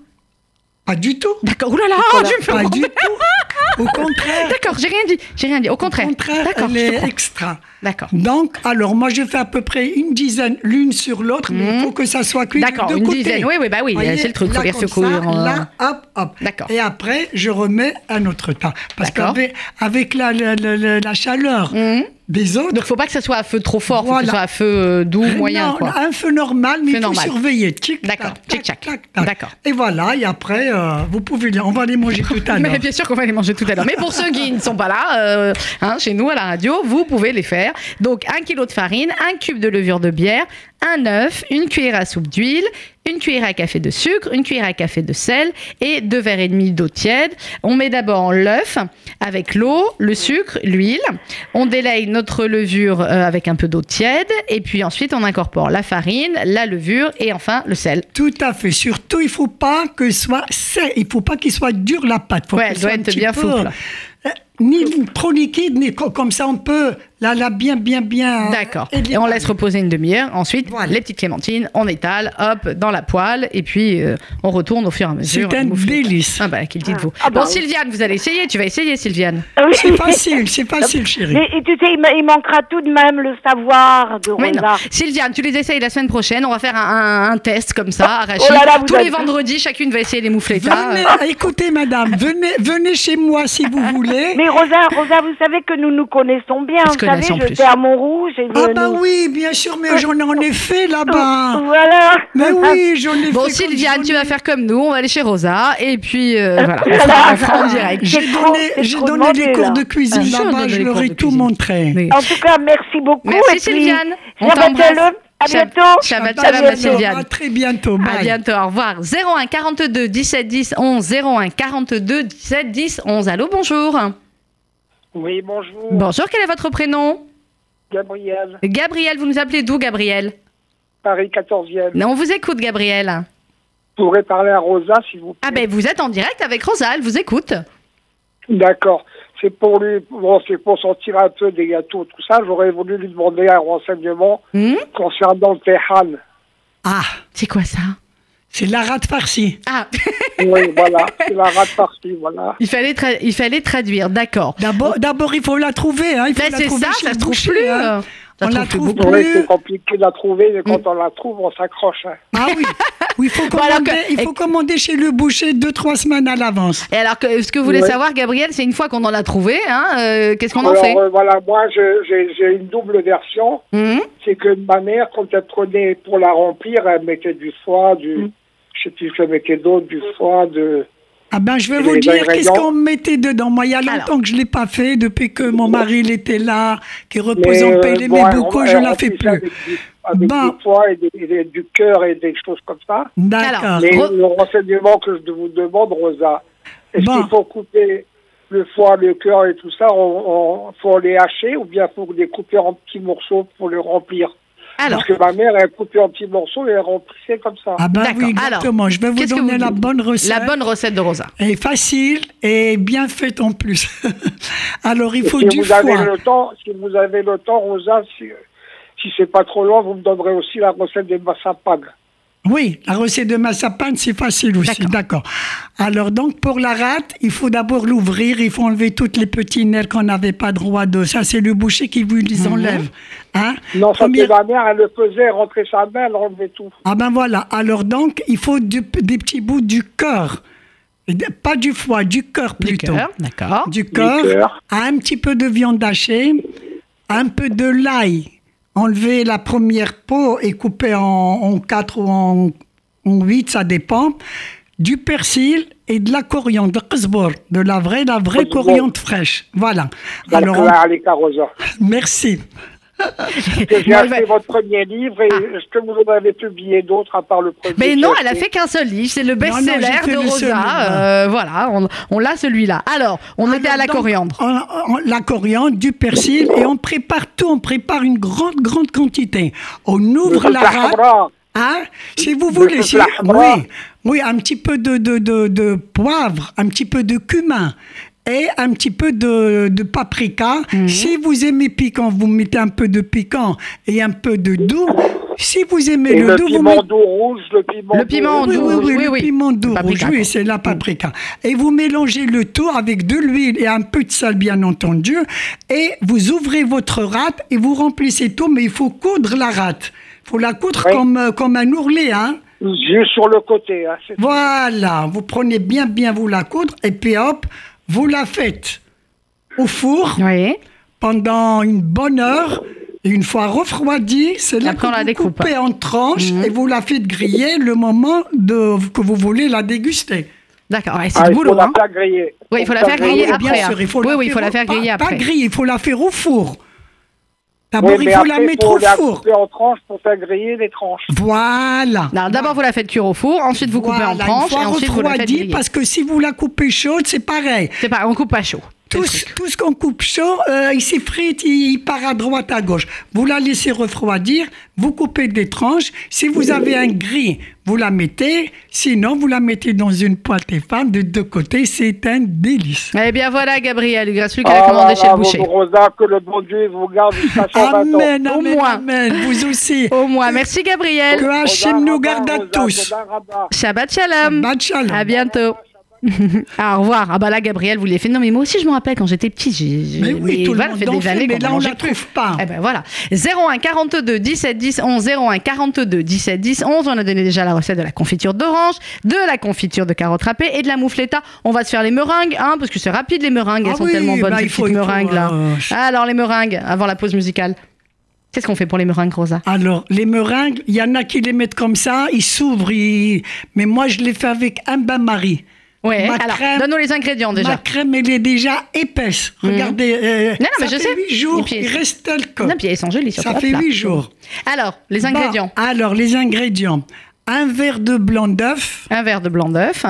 B: Pas du tout.
A: D'accord. Ouh là là,
B: Voilà,
A: tu me fais
B: pas
A: prendre.
B: du tout. Au contraire.
A: D'accord, j'ai rien dit. J'ai rien dit. Au contraire.
B: Au contraire,
A: D'accord.
B: elle
A: je te
B: est
A: prends.
B: extra.
A: D'accord.
B: Donc, alors, moi, je fais à peu près une dizaine l'une sur l'autre, mais il faut que ça soit cuit de
A: Mhm. D'accord,
B: deux
A: une
B: côtés.
A: dizaine. Oui, oui, bah oui,
B: Voyez,
A: c'est le truc, faut
B: là,
A: les
B: comme
A: secourir,
B: ça,
A: euh.
B: Là, hop, hop.
A: D'accord.
B: Et après, je remets un autre tas. Parce
A: D'accord. Mmh.
B: qu'avec avec la, la- la- la- la chaleur des autres,
A: Donc, faut pas que ça soit à feu trop fort. Faut que
B: Voilà.
A: ce soit à feu euh, doux, moyen.
B: non,
A: quoi.
B: un feu normal, mais
A: Feu
B: il faut
A: normal.
B: surveiller. Tic, tac,
A: D'accord,
B: tac,
A: tic, tac.
B: tac, tac.
A: D'accord.
B: Et voilà, et après, euh, vous pouvez les... On va les manger tout à l'heure.
A: Mais bien sûr qu'on va les manger tout à l'heure. Mais pour ceux qui ne sont pas là, euh, hein, chez nous à la radio, vous pouvez les faire. Donc un kilo de farine, un cube de levure de bière, un œuf, une cuillère à soupe d'huile, une cuillère à café de sucre, une cuillère à café de sel et deux verres et demi d'eau tiède. On met d'abord l'œuf avec l'eau, le sucre, l'huile. On délaye notre levure euh, avec un peu d'eau tiède et puis ensuite on incorpore la farine, la levure et enfin le sel.
B: Tout à fait. Surtout, il faut pas que soit sec. Il faut pas qu'il soit dur la pâte. Faut
A: Ouais,
B: qu'elle
A: elle doit
B: soit un
A: être
B: petit
A: bien
B: peu,
A: souple.
B: euh, Ni trop liquide, ni co- comme ça on peut Là, là, bien, bien, bien.
A: D'accord. Et, on laisse reposer une demi-heure. Ensuite,
B: Voilà.
A: les petites clémentines, on étale, hop, dans la poêle, et puis euh, on retourne au fur et à mesure.
B: C'est un
A: Moufler.
B: délice.
A: Ah bah, qu'il dit de vous.
D: Ah bah
A: bon,
D: oui.
A: Sylviane, vous allez essayer, tu vas essayer, Sylviane.
B: C'est facile, c'est facile, chérie.
D: Ah Mais et tu sais, il, ma- il manquera tout de même le savoir de
A: Mais non.
D: Rosa.
A: Sylviane, tu les essayes la semaine prochaine, on va faire un, un- un test comme ça, arraché.
D: Oh là là, vous
A: Tous les
D: êtes- ah,
A: vendredis, chacune va essayer les moufletas.
B: Venez, écoutez, madame, venez, venez chez moi si vous voulez.
D: Mais Rosa, Rosa, vous savez que nous nous connaissons bien.
A: Ils se
D: Vous savez,
A: connaissent en plus.
D: j'étais à Montrouge. Et
B: Ah
D: euh,
B: bah
D: nous-
B: oui, bien sûr, mais j'en ai en effet
A: bah.
B: là-bas.
D: Voilà.
B: Mais
D: Ah.
B: oui, j'en ai
A: Bon,
B: fait. quand
A: Sylviane,
B: j'en
A: tu vas
B: ai-
A: faire comme nous, on va aller chez Rosa, et puis euh,
D: Ah,
A: voilà, on
D: Voilà.
A: fera, on fera en direct.
D: C'est
B: J'ai
D: trop-
B: donné,
D: c'est
B: j'ai
D: trop
B: donné les
D: demandé,
B: cours
D: là.
B: de
A: Ah,
B: cuisine
A: si, on
B: là-bas,
A: donne
B: je
A: les
B: leur
A: cours
B: ai
A: de
B: tout
A: cuisine.
B: montré.
A: Oui.
D: En tout cas, merci beaucoup.
A: Merci,
D: et puis,
A: Sylviane. On
D: Shabbat
A: t'embrasse.
D: shalom. À
A: Shab-
D: bientôt.
A: Shabbat
B: À
A: shalom à
B: bientôt,
A: Sylviane.
B: À bah, très bientôt.
A: À
B: Bye.
A: bientôt, au revoir. 01 42 17 10 11, 01 42 17 10 11. Allô, bonjour.
E: Oui, bonjour,
A: Bonjour, quel est votre prénom
E: Gabriel,
A: Gabriel, vous nous appelez d'où, Gabriel
E: Paris 14e.
A: On vous écoute, Gabriel.
E: Vous pourrez parler à Rosa, s'il vous plaît.
A: Ah ben, vous êtes en direct avec Rosa, elle vous écoute.
E: D'accord. C'est pour lui, bon, c'est pour sortir un peu des gâteaux, tout ça. J'aurais voulu lui demander un renseignement
A: Hmm
E: concernant le Téhan.
B: Ah,
A: C'est quoi ça
B: c'est la rate farcie.
A: Ah,
E: Oui, voilà. C'est la rate partie, voilà.
A: il fallait, tra- il fallait traduire, d'accord.
B: D'abord, d'abord, il faut la trouver. Hein. Il faut
A: Là,
B: la
A: Oh. c'est
B: trouver
A: ça,
B: chez
A: ça
B: le
A: se trouve
B: boucher,
A: plus.
B: hein.
A: euh, ça
B: On
A: se
B: la
A: trouve plus
B: trouve
A: beaucoup.
E: Oui,
B: plus.
E: c'est compliqué de la trouver, mais
A: Mm.
E: quand on la trouve, on s'accroche. hein.
B: Ah oui. Oui, il faut
A: Bon, alors
B: commander,
A: que-
B: il faut commander chez le boucher deux, trois semaines à l'avance.
A: Et alors, que, ce que vous voulez
E: Ouais.
A: savoir, Gabriel, c'est une fois qu'on en a trouvé, hein, euh, qu'est-ce qu'on en
E: Alors,
A: fait
E: euh, voilà, moi, je- j'ai j'ai une double version.
A: Hmm
E: C'est que ma mère, quand elle prenait pour la remplir, elle mettait du foie, du...
A: Mm.
E: Je sais plus si elle mettait d'autres, du foie, de...
B: Ah ben, je vais
E: Et
B: vous
E: les
B: dire qu'est-ce
E: ingrédients
B: qu'on mettait dedans. Moi, il y a longtemps
A: Alors.
B: que je ne l'ai pas fait, depuis que mon mari il était là, qui repose en
E: euh,
B: paix, il aimait
E: bon, on-
B: beaucoup,
E: on-
B: je ne
E: on
B: la fais
E: fait ça
B: plus. Bah.
E: Avec, du- avec
B: Bon.
E: du foie et, des- et des- du cœur et des choses comme ça.
B: D'accord.
E: Mais
A: Re-
E: le renseignement que je vous demande, Rosa, est-ce
B: Bon.
E: qu'il faut couper le foie, le cœur et tout ça on, on- Faut les hacher ou bien faut les couper en petits morceaux pour les remplir
A: Alors,
E: Parce que ma mère, elle coupait en petits morceaux et elle remplissait comme ça.
B: Ah ben
A: D'accord.
B: oui, exactement. je vais vous
A: qu'est-ce que
B: donner
A: vous
B: la
A: dites
B: bonne recette.
A: la bonne recette de Rosa.
B: Elle est facile et bien faite en plus. Alors, il
E: Et
B: faut
E: si
B: du
E: vous avez
B: foie.
E: le temps, si vous avez le temps, Rosa, si, si c'est pas trop loin, vous me donnerez aussi la recette des massapanes.
B: Oui, la recette de massapane, c'est facile aussi, d'accord. Alors donc, pour la rate, il faut d'abord l'ouvrir, il faut enlever toutes les petits nerfs qu'on n'avait pas droit de. Ça, c'est le boucher qui vous les
A: Mhm.
B: enlève. hein.
E: Non, ça
B: Première-
E: c'est ma mère, elle le faisait, rentrer sa main, elle enlevait tout.
B: Ah ben voilà, alors donc, il faut du- des petits bouts du cœur. Et de- Pas du foie, du cœur
A: Du
B: plutôt.
A: cœur, d'accord.
B: Du cœur,
E: cœur.
B: un petit peu de viande hachée, un peu de l'ail. Enlever la première peau et couper en, 4 ou en, 8, ça dépend. Du persil et de la coriandre, qasbour, de la vraie, la vraie
E: Qasbour.
B: coriandre fraîche. Voilà.
A: Ah,
E: Alors,
B: Alors,
E: là, les Rosa.
B: on- merci.
E: J'ai
A: Bon, il va-
E: acheté votre premier livre et est-ce que vous en avez publié d'autres à part le premier
A: Mais
E: que
A: non,
E: j'ai
A: elle a fait qu'un seul livre. C'est le
B: non, j'ai
A: best-seller
B: fait
A: de
B: le seul
A: Rosa.
B: livre.
A: Euh, voilà, on, on l'a celui-là. Alors, on était à
B: Alors
A: la
B: donc,
A: coriandre.
B: on- on- la coriandre, du persil, et on prépare tout, on prépare une grande, grande quantité. On
E: Le
B: ouvre la
E: Fatah
B: rate,
E: Hamra.
B: hein, si vous
E: Le
B: voulez, si-
E: peuple hamra.
B: oui, oui, un petit peu de, de, de, de poivre, un petit peu de cumin. Et un petit peu de, de paprika.
A: Mhm.
B: Si vous aimez piquant, vous mettez un peu de piquant et un peu de doux. Si vous aimez
E: Et
B: le,
E: le
B: doux, vous
E: piment
B: mettez
E: doux rouge, le piment
A: Le piment
E: doux
B: oui,
A: doux.
B: oui, oui,
A: oui,
B: le
A: oui.
B: piment doux
A: Paprika,
B: rouge, oui,
A: quoi.
B: c'est la paprika. Et vous mélangez le tout avec de l'huile et un peu de sel, bien entendu. Et vous ouvrez votre rate et vous remplissez tout, mais il faut coudre la rate. Il faut la coudre
E: Oui.
B: comme, euh, comme un ourlet, hein.
E: Juste sur le côté. hein, c'est-
B: Voilà, vous prenez bien, bien, vous la coudre, et puis hop, vous la faites au four
A: Oui.
B: pendant une bonne heure. Et une fois refroidie, c'est là que
A: Après, on la
B: vous
A: découpe. Mm.
B: coupez en tranches et vous la faites griller le moment de, que vous voulez la déguster.
A: D'accord, ouais, c'est
E: Ah,
A: du
E: il faut
A: boulot.
E: la
A: Hein.
E: faire griller.
A: Oui, il faut la faire
B: Ah
A: griller
B: oui,
A: après,
B: bien
A: hein.
B: sûr, il faut
A: Oui,
B: la
A: oui, il faut
B: faire
A: la
B: au-
A: faire
B: pas-
A: griller
B: Pas
A: après.
B: griller, il faut la faire au four. D'abord,
E: Oui,
B: il
E: mais
B: faut
E: après,
B: la mettre
E: faut
B: au
E: la
B: four.
E: couper en tranches pour faire griller les tranches.
B: Voilà.
A: Non, D'abord, vous la faites cuire au four, ensuite vous coupez
B: Voilà,
A: en tranches,
B: une
A: et
B: fois
A: ensuite vous la faites
B: refroidie,
A: griller.
B: parce que si vous la coupez chaude, c'est pareil.
A: C'est pas, on coupe pas chaud.
B: Tout, ce- tout ce qu'on coupe chaud, euh, il s'effrite, il, il part à droite, à gauche. Vous la laissez refroidir, vous coupez des tranches. Si vous avez un gris, vous la mettez. Sinon, vous la mettez dans une poêle Tefal de deux côtés. C'est un délice.
A: Eh bien voilà, Gabriel, grâce lui qui a
E: Ah
A: commandé
E: là
A: chez
E: là,
A: le boucher.
E: vos Rosa, que le bon Dieu vous garde jusqu'à 120 ans.
B: Amen,
A: Au
B: amen,
A: moins.
B: amen. Vous aussi.
A: Au moins, merci Gabriel.
B: Que Hachem nous garde à
E: Rosa,
B: tous.
E: Rosa, Rosa.
A: Shabbat shalom.
B: Bad shalom.
A: À bientôt. Ah, au revoir. Ah bah là, Gabriel, vous l'avez fait. Non, mais moi aussi, je me rappelle quand j'étais petite. j'ai- j'ai-
B: Mais oui, tout
A: voilà,
B: le
A: fait
B: monde
A: des
B: en fait,
A: années
B: mais
A: qu'on
B: là, on
A: mangeait
B: la
A: tout.
B: trouve pas.
A: Eh ben voilà. 01 42 17 10 11 01 42 17 10 11. On a donné déjà la recette de la confiture d'orange, de la confiture de carottes râpées et de la moufletta. On va se faire les meringues, hein, parce que c'est rapide les meringues. Elles
B: Ah
A: sont
B: oui,
A: tellement bonnes
B: bah,
A: ces
B: il faut-
A: petites
B: il faut,
A: meringues là.
B: euh,
A: Alors les meringues avant la pause musicale. Qu'est-ce qu'on fait pour les meringues, Rosa
B: Alors, les meringues, il y en a qui les mettent comme ça, ils s'ouvrent, ils- mais moi je les fais avec un bain-marie.
A: Ouais.
B: Ma
A: alors,
B: crème-
A: donne-nous les ingrédients déjà. Mhm.
B: Ma crème, elle est déjà épaisse. Regardez, euh,
A: Non, non, mais
B: ça
A: je
B: fait
A: sais.
B: 8 jours,
A: Et puis-
B: il reste tel que.
A: Non, puis elles sont jolies sur
B: ça
A: toi,
B: fait
A: là.
B: 8 jours. Bah.
A: Alors les
B: Bon,
A: ingrédients.
B: alors, les ingrédients. Un verre de blanc d'œuf,
A: Un verre de blanc d'œuf,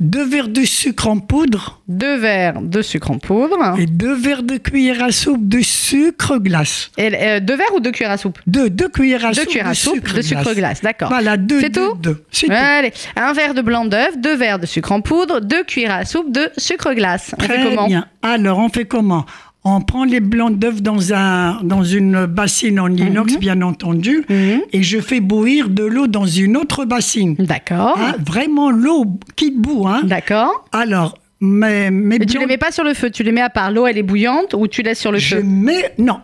B: deux verres de sucre en poudre
A: deux verres de sucre en poudre,
B: et deux verres de cuillère à soupe de sucre glace.
A: et, euh, deux verres ou deux cuillères à soupe
B: Deux, deux cuillères à
A: Deux
B: soupe,
A: cuillères à
B: de,
A: soupe
B: sucre
A: de sucre glace, d'accord.
B: Voilà, deux,
A: C'est
B: deux,
A: tout
B: deux. C'est tout.
A: Allez, un verre de blanc d'œuf, deux verres de sucre en poudre, deux cuillères à soupe de sucre glace. On fait
B: Très
A: comment
B: bien. Alors, on fait comment On prend les blancs d'œufs dans, un, dans une bassine en inox, bien entendu,
A: Mhm.
B: et je fais bouillir de l'eau dans une autre bassine.
A: D'accord.
B: Hein, vraiment l'eau qui bout. Hein.
A: Oh. D'accord.
B: Alors, mes, mes
A: Et tu
B: blancs-
A: les mets pas sur le feu, tu les mets à part. L'eau, elle est bouillante ou tu laisses sur le
B: je
A: feu
B: mets. Non.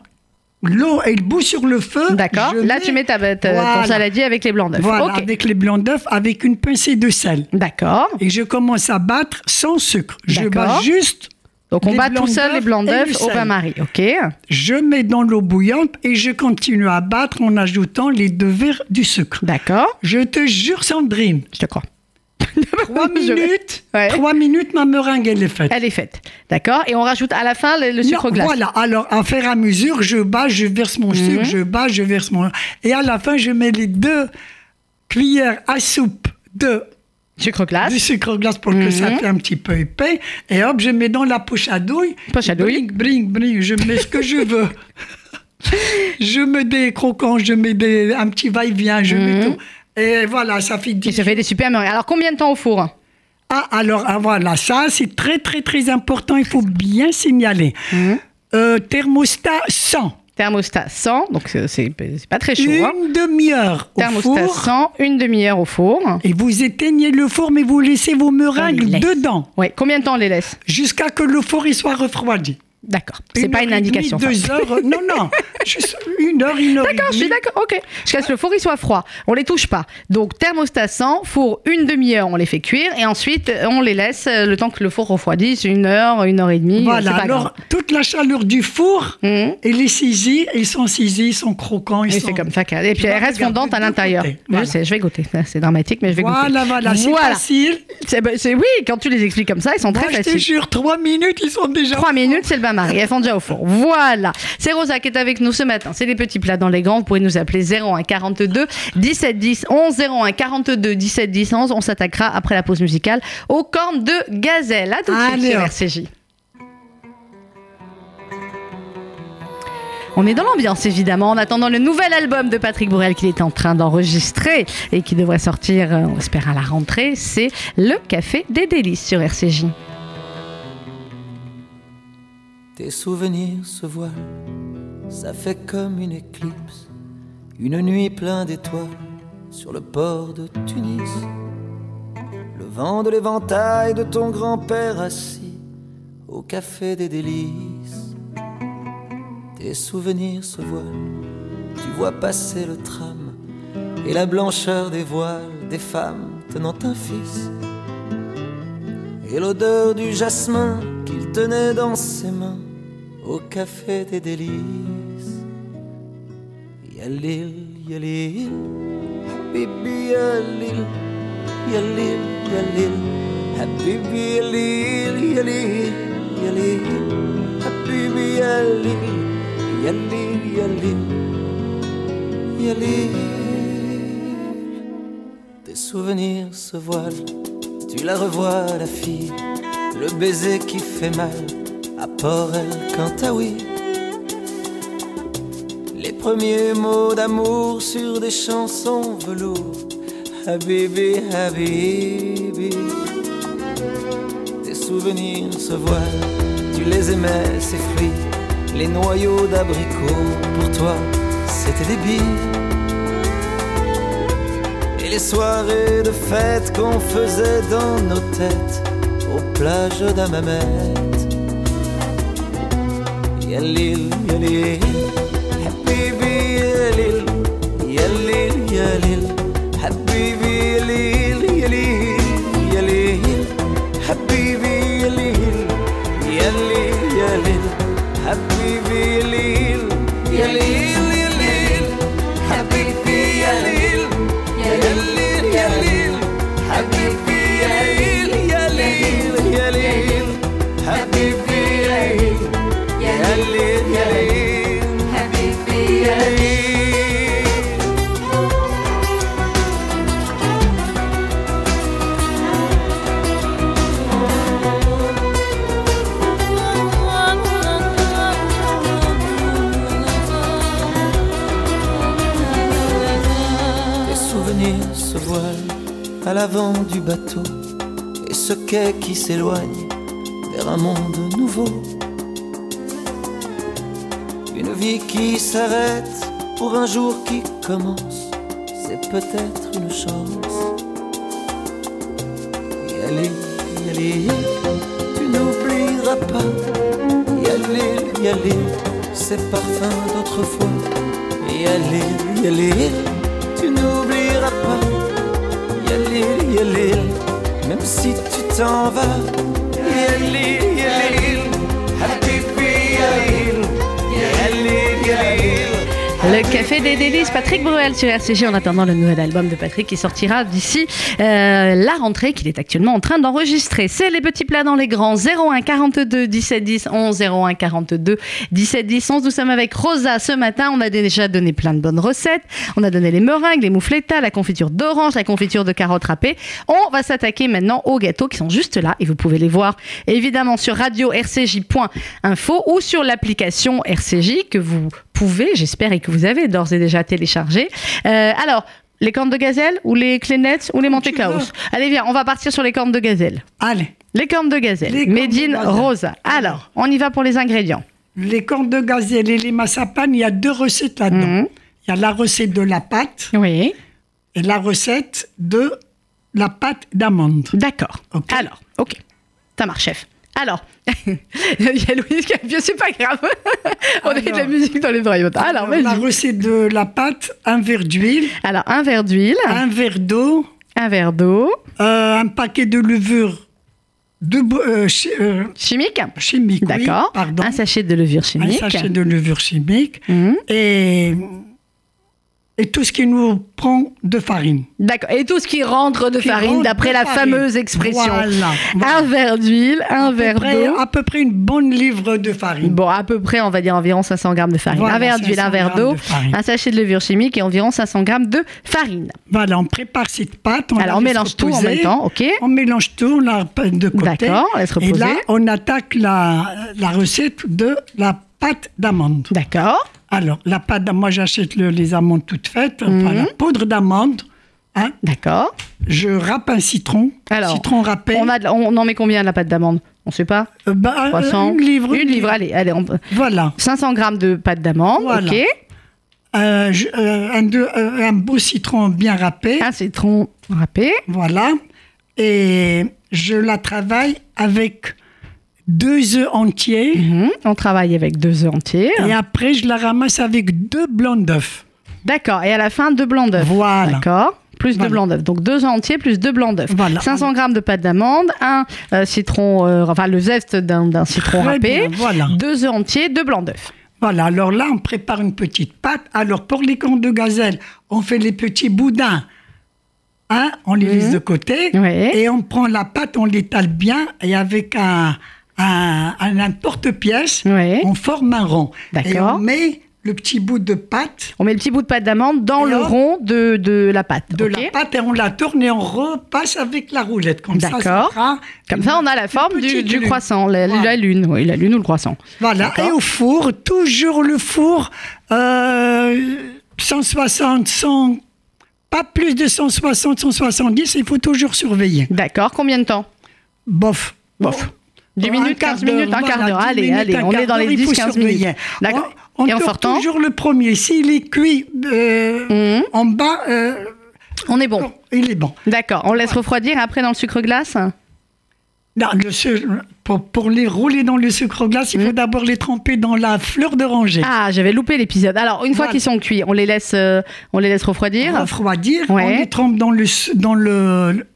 B: L'eau, elle bout sur le feu.
A: D'accord.
B: je
A: Là, tu mets ta, ta-
B: Voilà.
A: ton saladier avec les blancs d'œufs.
B: Voilà,
A: Ok.
B: avec les blancs d'œufs, avec une pincée de sel.
A: D'accord.
B: Et je commence à battre sans sucre. Je
A: D'accord.
B: bats juste
A: Donc, on
B: Les
A: bat tout
B: blancs
A: seul les
B: d'œufs
A: blancs
B: et du
A: d'œufs au
B: sel.
A: bain-marie. Ok.
B: Je mets dans l'eau bouillante et je continue à battre en ajoutant les deux verres du sucre.
A: D'accord.
B: Je te jure, Sandrine,
A: Je te crois.
B: trois
A: Je-
B: minutes,
A: Ouais.
B: trois minutes, ma meringue, elle est faite.
A: Elle est faite. D'accord. Et on rajoute à la fin le, le sucre
B: Non,
A: glace.
B: Voilà, alors à faire à mesure, je bats, je verse mon sucre, je bats, je verse mon... Et à la fin, je mets les deux cuillères à soupe de
A: Sucre glace.
B: du sucre glace pour que
A: Mhm.
B: ça fait un petit peu épais. Et hop, je mets dans la poche à douille.
A: Poche à douille.
B: Bring, bring, bring. Je mets ce que je veux. je mets des croquants, je mets des, un petit va-et-vient, je mets tout. Et voilà, ça fait
A: Mhm. Et
B: 10.
A: ça fait des super meringues. Alors, combien de temps au four
B: Ah, alors ah, voilà, ça c'est très très très important, il faut bien signaler.
A: Mhm.
B: Euh, thermostat 100.
A: Thermostat 100, donc c'est- c'est c'est pas très chaud. hein.
B: Une demi-heure au
A: Thermostat
B: four.
A: 100, une demi-heure au four.
B: Et vous éteignez le four, mais vous laissez vos
A: On
B: meringues
A: les laisse.
B: dedans
A: Ouais, combien de temps on les laisse
B: jusqu'à que le four il soit refroidi.
A: D'accord, c'est
B: Une
A: pas
B: heure
A: une
B: et demie,
A: indication. ça.
B: deux heures, euh, non, non, juste une heure, une heure. et
A: D'accord, je suis
B: demie.
A: d'accord, ok. Je casse le four, il soit froid. On les touche pas. Donc, thermostat 100, four une demi-heure, on les fait cuire et ensuite on les laisse euh, le temps que le four refroidisse, une heure, une heure et demie. euh,
B: Voilà,
A: c'est pas
B: alors
A: grave.
B: toute la chaleur du four,
A: Mhm.
B: et les saisis, ils sont saisis, ils sont croquants, ils
A: Et
B: sont...
A: c'est comme ça. qu'elle- Et puis
B: Tu vas
A: elle reste
B: regarder
A: fondante à
B: de
A: l'intérieur.
B: côté.
A: Je
B: Voilà.
A: sais, je vais goûter. C'est dramatique, mais je vais goûter.
B: Voilà, voilà, c'est
A: Voilà.
B: facile.
A: C'est- ben, c'est- oui, quand tu les expliques comme ça, ils sont
B: Moi,
A: très
B: je te
A: faciles.
B: jure, trois minutes, ils sont déjà...
A: 3 minutes, c'est le bain-marie. Elles sont déjà au four. Voilà. C'est Rosa qui est avec nous ce matin. C'est les petits plats dans les grands. Vous pouvez nous appeler 01 42 17 10 11 01 42 17 10 11. On s'attaquera après la pause musicale aux cornes de gazelle. À tout de suite
B: Allez,
A: sur
B: hop.
A: RCJ. On est dans l'ambiance évidemment en attendant le nouvel album de Patrick Bourrel qu'il est en train d'enregistrer et qui devrait sortir, euh, on espère, à la rentrée. C'est Le Café des Délices sur RCJ.
F: Tes souvenirs se voilent, ça fait comme une éclipse, une nuit plein d'étoiles sur le port de Tunis. Le vent de l'éventail de ton grand-père assis au café des délices. Tes souvenirs se voilent, tu vois passer le tram et la blancheur des voiles des femmes tenant un fils et l'odeur du jasmin qu'il tenait dans ses mains au café des délices. Yalil, yalil, habibi yalil, yalil, yalil, habibi yalil, yalil, yalil, habibi yalil, yalil, yalil, yalil. Tes souvenirs se voilent, tu la revois la fille, le baiser qui fait mal à port El Cantaoui. Les premiers mots d'amour sur des chansons velours. Habibi, Habibi. Tes souvenirs se voilent, tu les aimais, ces fruits. Les noyaux d'abricots, pour toi, c'était des billes. Et les soirées de fête qu'on faisait dans nos têtes, aux plages d'Amamette. Yalil, yalil, habibi, yalil, yalil, yalil, habibi, yalil, yalil, yalil, habibi, yalil, yalil, yalil, habibi, yalil, yalil, yalil, habibi, yalil, yalil, yalil, habibi, yalil, yalil, yalil, habibi, yalil, yalil, yalil, habibi, yalil. Les souvenirs se voilent à l'avant du bateau et ce quai qui s'éloigne vers un monde nouveau. Une vie qui s'arrête pour un jour qui commence, c'est peut-être une chance. Y aller, y aller, tu n'oublieras pas. Y aller, y aller, ces parfums d'autrefois. Y aller, y aller, tu n'oublieras pas. Y aller, y aller, même si tu t'en vas. Y aller, y aller, happy, y aller, y aller, y aller.
A: Le Café des Délices, Patrick Bruel sur RCG en attendant le nouvel album de Patrick qui sortira d'ici euh, la rentrée qu'il est actuellement en train d'enregistrer. C'est les petits plats dans les grands 01 42 17 10 11 01 42 17 10 11. Nous sommes avec Rosa ce matin. On a déjà donné plein de bonnes recettes. On a donné les meringues, les moufletas, la confiture d'orange, la confiture de carottes râpées. On va s'attaquer maintenant aux gâteaux qui sont juste là et vous pouvez les voir évidemment sur radio rcj.info ou sur l'application RCJ que vous pouvez, j'espère, et que vous avez d'ores et déjà téléchargé. Euh, alors, les cornes de gazelle ou les clénettes ou les Monte Caos Allez, viens, on va partir sur les cornes de gazelle.
B: Allez,
A: Les cornes de gazelle,
B: Les cornes de
A: Médine
B: gazelle.
A: Rosa. Alors, on y va pour les ingrédients.
B: les cornes de gazelle et les massapanes, il y a deux recettes là-dedans.
A: Mhm.
B: Il y a la recette de la pâte
A: Oui.
B: et la recette de la pâte d'amande.
A: D'accord.
B: Ok.
A: Alors, ok. Ça marche, chef. Alors, il y a Louise qui a appuyé, c'est pas grave. on a eu de la
B: Alors.
A: musique dans les oreilles. Alors,
B: la
A: vas-y.
B: recette de la pâte, un verre d'huile,
A: Alors, un verre d'huile,
B: un verre d'eau,
A: un verre d'eau,
B: euh, un paquet de levure de bo- euh, chi- euh,
A: chimique.
B: chimique, oui,
A: D'accord.
B: pardon,
A: Un sachet de levure
B: un
A: chimique.
B: sachet de levure chimique
A: Mhm.
B: et, et tout ce qui nous prend de farine.
A: D'accord. Et tout ce qui rentre de
B: Qui
A: farine,
B: rentre
A: d'après
B: de
A: la
B: farine.
A: fameuse expression.
B: Voilà,
A: Un
B: voilà.
A: verre d'huile, un verre
B: Près-
A: d'eau.
B: à peu près une bonne livre de farine.
A: Bon, à peu près, on va dire environ 500 grammes de farine.
B: Voilà,
A: un verre d'huile, un
B: 500
A: verre
B: grammes
A: d'eau,
B: de farine.
A: un sachet de levure chimique et environ 500 grammes de farine.
B: Voilà, on prépare cette pâte. On
A: Alors,
B: la
A: on
B: laisse
A: mélange tout en
B: reposer.
A: même temps, ok
B: On mélange tout, on la pâte de côté.
A: D'accord, on laisse
B: Et
A: reposer.
B: là, on attaque la, la recette de la pâte d'amande.
A: D'accord.
B: Alors, la pâte d'amande, moi j'achète le- les amandes toutes faites, enfin,
A: Mhm.
B: la poudre d'amande. hein.
A: D'accord.
B: Je râpe un citron,
A: Alors,
B: citron râpé.
A: On, a de- on en met combien de la pâte d'amande On sait pas.
B: Euh, bah, euh,
A: 300.
B: Une livre.
A: Une livre, allez. allez on-
B: Voilà.
A: 500 grammes de pâte d'amande,
B: Voilà.
A: ok.
B: Euh, je- euh, un, deux- euh, un beau citron bien râpé.
A: Un citron râpé.
B: Voilà. Et je la travaille avec deux œufs entiers.
A: Mhm. On travaille avec deux œufs entiers.
B: Et après, je la ramasse avec deux blancs d'œufs.
A: D'accord. Et à la fin, deux blancs d'œufs.
B: Voilà.
A: D'accord. Plus deux
B: Voilà.
A: blancs d'œufs. Donc deux œufs entiers plus deux blancs d'œufs.
B: Voilà.
A: 500 grammes de pâte d'amande, un euh, citron, euh, enfin le zeste d'un d'un citron
B: Très
A: râpé,
B: bien, voilà.
A: deux œufs entiers, deux blancs d'œufs.
B: Voilà, alors là, on prépare une petite pâte. Alors, pour les cornes de gazelle, on fait les petits boudins. Hein, on les laisse de côté.
A: Mhm. Ouais.
B: Et on prend la pâte, on l'étale bien. Et avec un, un, un- un porte-pièce,
A: Ouais.
B: on forme un rond. Et
A: D'accord.
B: on met le petit bout de pâte,
A: On met le petit bout de pâte d'amande dans
B: Et
A: le
B: hop.
A: rond de, de la pâte.
B: de
A: ok
B: la pâte, et on la tourne et on repasse avec la roulette. Comme ça, ça
A: D'accord.
B: fera
A: Comme
B: une
A: ça, on a la
B: toute
A: forme du,
B: petite
A: du
B: lune.
A: croissant, la,
B: Voilà.
A: la lune, oui, la lune ou le croissant.
B: Voilà,
A: D'accord.
B: et au four, toujours le four, euh, 160, 100, pas plus de 160, 170, il faut toujours surveiller.
A: D'accord, combien de temps
B: Bof.
A: Bof. 10
B: Un
A: minutes,
B: quart
A: 15 minutes,
B: d'heure,
A: un quart
B: voilà,
A: d'heure.
B: 10
A: Allez,
B: minutes,
A: allez,
B: un
A: on
B: quart
A: est dans
B: d'heure,
A: les
B: il faut
A: 10-15
B: surveiller.
A: minutes. D'accord.
B: On, on
A: Et en
B: tourne
A: sortant
B: toujours le premier. S'il est cuit euh,
A: Mhm.
B: en bas, euh,
A: On est bon.
B: il est bon.
A: D'accord, on laisse refroidir après dans le sucre glace
B: Non, le su- pour, pour les rouler dans le sucre glace,
A: Mhm.
B: il faut d'abord les tremper dans la fleur d'oranger.
A: Ah, j'avais loupé l'épisode. Alors, une fois
B: Voilà.
A: qu'ils sont cuits, on les laisse, euh, on les laisse refroidir
B: refroidir,
A: Ouais.
B: on les trempe dans le su- dans le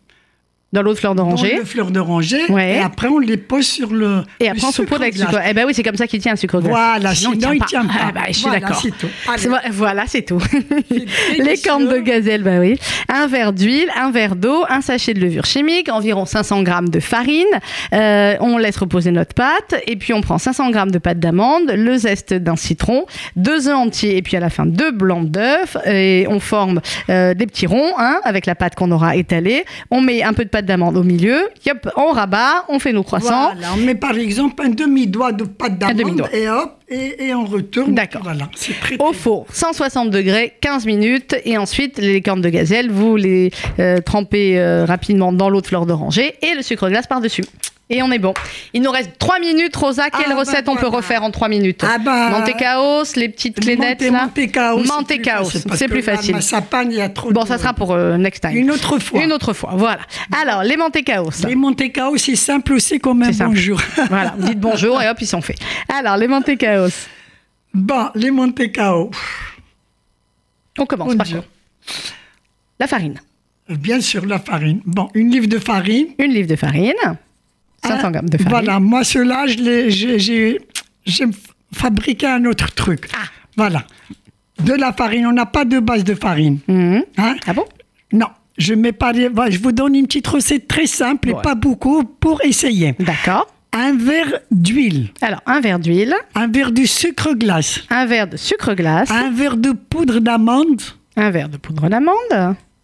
A: dans l'eau de fleur
B: dans
A: d'oranger.
B: le fleur d'oranger
A: Ouais.
B: et après on les pose sur le
A: Et
B: le
A: après, on se
B: sucre
A: poudre avec le
B: glace.
A: sucre. Eh ben oui, c'est comme ça qu'il tient un sucre glace.
B: Voilà, sinon, il tient pas.
A: Ah, bah, je suis
B: Voilà,
A: d'accord.
B: c'est tout. Allez.
A: C'est vo- Voilà, c'est tout.
B: C'est
A: Les
B: délicieux.
A: cornes de gazelle, bah oui. Un verre d'huile, un verre d'eau, un sachet de levure chimique, environ 500 grammes de farine. Euh, on laisse reposer notre pâte et puis on prend 500 grammes de pâte d'amande, le zeste d'un citron, deux œufs entiers et puis à la fin deux blancs d'œufs et on forme euh, des petits ronds hein, avec la pâte qu'on aura étalée. On met un peu de pâte d'amande au milieu. Yop, on rabat, on fait nos croissants.
B: Voilà, on met par exemple un demi-doigt de pâte d'amande
A: demi-doigt.
B: et hop, et, et on retourne.
A: D'accord.
B: Voilà, c'est très
A: Au
B: très-
A: four, 160 degrés, 15 minutes. Et ensuite, les cornes de gazelle, vous les euh, trempez euh, rapidement dans l'eau de fleur d'oranger et le sucre glace par-dessus. Et on est bon. Il nous reste 3 minutes, Rosa. Quelle
B: Ah bah
A: recette on peut
B: voilà.
A: refaire en 3 minutes
B: Ah bah-
A: Mantecaos, les petites clénettes,
B: Monte-
A: là
B: Montecaos, c'est
A: Monte
B: plus
A: Caos,
B: facile, parce
A: c'est
B: que
A: plus
B: la-
A: facile.
B: ma sapane, il y a trop
A: Bon,
B: de-
A: ça sera pour euh, next time.
B: Une autre fois.
A: Une autre fois, voilà. Alors, les mantecaos.
B: Les Montecaos, c'est simple aussi comme un
A: C'est simple.
B: bonjour.
A: voilà, vous dites bonjour et hop, ils sont faits. Alors, les mantecaos.
B: Bon, Bah, les Montecaos,
A: On commence
B: Mon
A: par
B: Dieu.
A: quoi La farine.
B: bien sûr la farine. Bon, une livre de farine.
A: Une livre de farine. 500
B: Ah,
A: grammes de farine.
B: Hein Voilà, moi cela, je l'ai- j'ai- j'ai j'ai f- fabriqué un autre truc.
A: Ah.
B: Voilà. De la farine, on n'a pas de base de farine.
A: Mhm.
B: Hein
A: Ah bon
B: Non, je mets pas. les- voilà, Je vous donne une petite recette très simple
A: Ouais.
B: et pas beaucoup pour essayer.
A: D'accord.
B: Un verre d'huile,
A: Alors, un verre d'huile,
B: un verre de sucre glace,
A: un verre de sucre glace,
B: un verre de poudre d'amande,
A: un verre de poudre d'amande,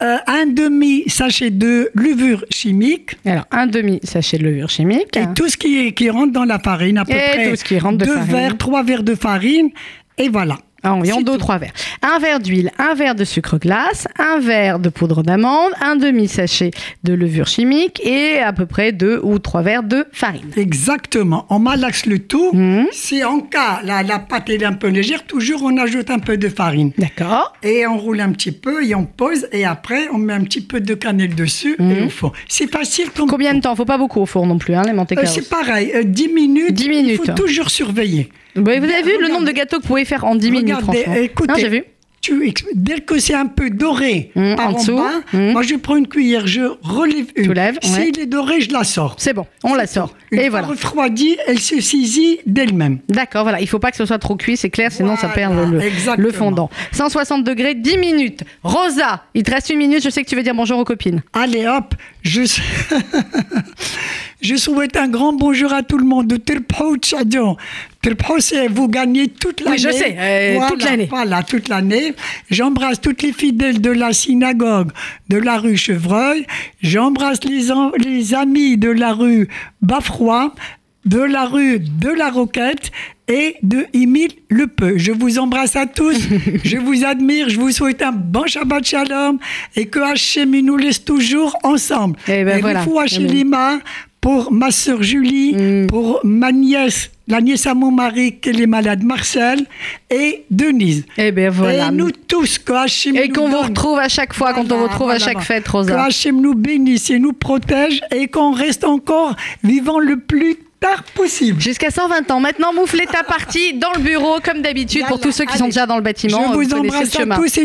B: euh, un demi sachet de levure chimique.
A: alors un demi-sachet de levure chimique,
B: Et tout ce qui, est- qui rentre dans la farine, à peu
A: Et
B: près
A: tout ce qui rentre de
B: deux
A: farine.
B: verres, trois verres de farine, et voilà.
A: à environ
B: C'est
A: ah, deux ou
B: tout.
A: trois verres. Un verre d'huile, un verre de sucre glace, un verre de poudre d'amande, un demi-sachet de levure chimique et à peu près deux ou trois verres de farine.
B: Exactement. On malaxe le tout.
A: Mhm.
B: Si en cas la, la pâte elle est un peu légère, toujours on ajoute un peu de farine.
A: D'accord.
B: Et on roule un petit peu et on pose. Et après, on met un petit peu de cannelle dessus et au four. C'est facile comme.
A: Hmm. Combien de temps Faut pas beaucoup au four non plus, hein, les
B: Euh,
A: mantecaos.
B: C'est pareil, euh, 10 minutes.
A: 10
B: Il
A: minutes.
B: faut toujours surveiller.
A: Ouais, vous avez vu le
B: Regardez.
A: nombre de gâteaux que vous pouvez faire en 10 minutes,
B: Regardez,
A: franchement.
B: écoutez.
A: Non, j'ai vu.
B: Tu ex- Dès que c'est un peu doré
A: Mhm,
B: par
A: en dessous.
B: bas,
A: Mhm.
B: moi je prends une cuillère, je relève une.
A: Tu lèves, ouais.
B: S'il est doré, je la sors.
A: C'est bon, on la sort.
B: Une
A: Et
B: fois
A: voilà.
B: refroidie, elle se saisit d'elle-même.
A: D'accord, voilà, il faut pas que ce soit trop cuit, c'est clair, sinon ça
B: Voilà,
A: perd le- le,
B: exactement.
A: fondant. 160 degrés, 10 minutes. Rosa, il te reste une minute, je sais que tu veux dire bonjour aux copines.
B: Allez hop, je... je souhaite un grand bonjour à tout le monde. Tirpao Tchadion. Tirpao, c'est vous gagnez toute l'année.
A: je sais, euh, toute l'année.
B: Voilà, toute l'année. J'embrasse toutes les fidèles de la synagogue de la rue Chevreuil. J'embrasse les, en- les amis de la rue Bafrois, de la rue de la Roquette et de Émile Le Peu. Je vous embrasse à tous. je vous admire. Je vous souhaite un bon Shabbat Shalom et que Hachem il nous laisse toujours ensemble.
A: Eh ben
B: Et
A: voilà.
B: il faut Hachem,
A: Amen.
B: il Emma, pour ma sœur Julie,
A: Mm.
B: pour ma nièce, la nièce à mon mari, qu'elle est malade, Marcel, et Denise.
A: Eh bien voilà.
B: Et nous tous, que Hachem
A: Et
B: nous
A: qu'on vous
B: donne-
A: retrouve à chaque fois, qu'on te
B: Voilà,
A: retrouve à
B: voilà,
A: chaque
B: voilà.
A: fête, Rosa.
B: Que Hachem nous bénisse et nous protège et qu'on reste encore vivant le plus tard possible.
A: Jusqu'à 120 ans. Maintenant, mouflez ta partie dans le bureau, comme d'habitude, pour
B: Yallah,
A: tous ceux qui sont
B: allez.
A: déjà dans le bâtiment.
B: Je
A: euh,
B: vous
A: connaissez
B: embrasse
A: le
B: à
A: chemin.
B: tous et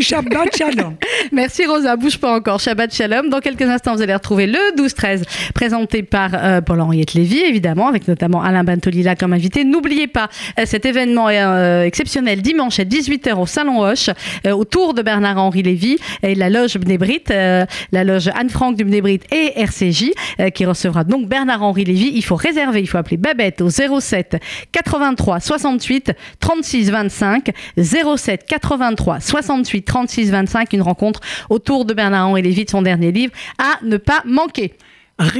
B: Shabbat Shalom.
A: Merci Rosa, bouge pas encore. Shabbat Shalom. Dans quelques instants, vous allez retrouver le 12-13, présenté par euh, Paul-Henriette Lévy, évidemment, avec notamment Alain Bantolila comme invité. N'oubliez pas, euh, cet événement est euh, exceptionnel dimanche à 18h au Salon Hoche, euh, autour de Bernard-Henri Lévy et la loge Bnébrit, euh, la loge Anne-Franck du Bnébrit et RCJ, euh, qui recevra donc Bernard-Henri Lévy. Il faut réserver, il faut appeler Babette au 07 83 68 36 25 07 83 68 36 25 une rencontre autour de Bernard et Lévy de son dernier livre à ne pas manquer.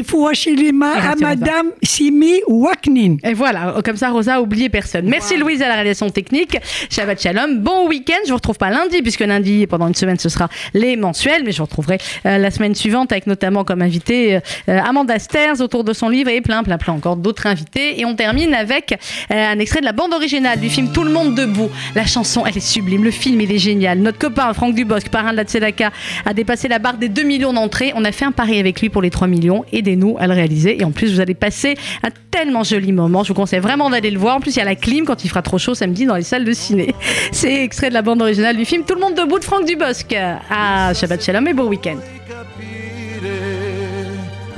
B: Rifouachilima
A: Ah,
B: à
A: tiens,
B: Madame Simi Waknin.
A: Et voilà, euh, comme ça Rosa a oublié personne. Merci Louise à la réalisation technique. Shabbat Shalom, bon week-end. Je vous retrouve pas lundi puisque lundi pendant une semaine ce sera les mensuels, mais je vous retrouverai euh, la semaine suivante avec notamment comme invité euh, euh, Amanda Sters autour de son livre et plein plein plein encore d'autres invités. Et on termine avec euh, un extrait de la bande originale du film Tout le monde debout. La chanson elle est sublime, le film il est génial. Notre copain Franck Dubosc, parrain de la Tzedaka, a dépassé la barre des 2 millions d'entrées. On a fait un pari avec lui pour les 3 millions. Aidez-nous à le réaliser. Et en plus, vous allez passer un tellement joli moment. Je vous conseille vraiment d'aller le voir. En plus, il y a la clim quand il fera trop chaud samedi dans les salles de ciné. C'est extrait de la bande originale du film Tout le monde debout de Franck Dubosc. À Shabbat Shalom et beau week-end.
C: di capire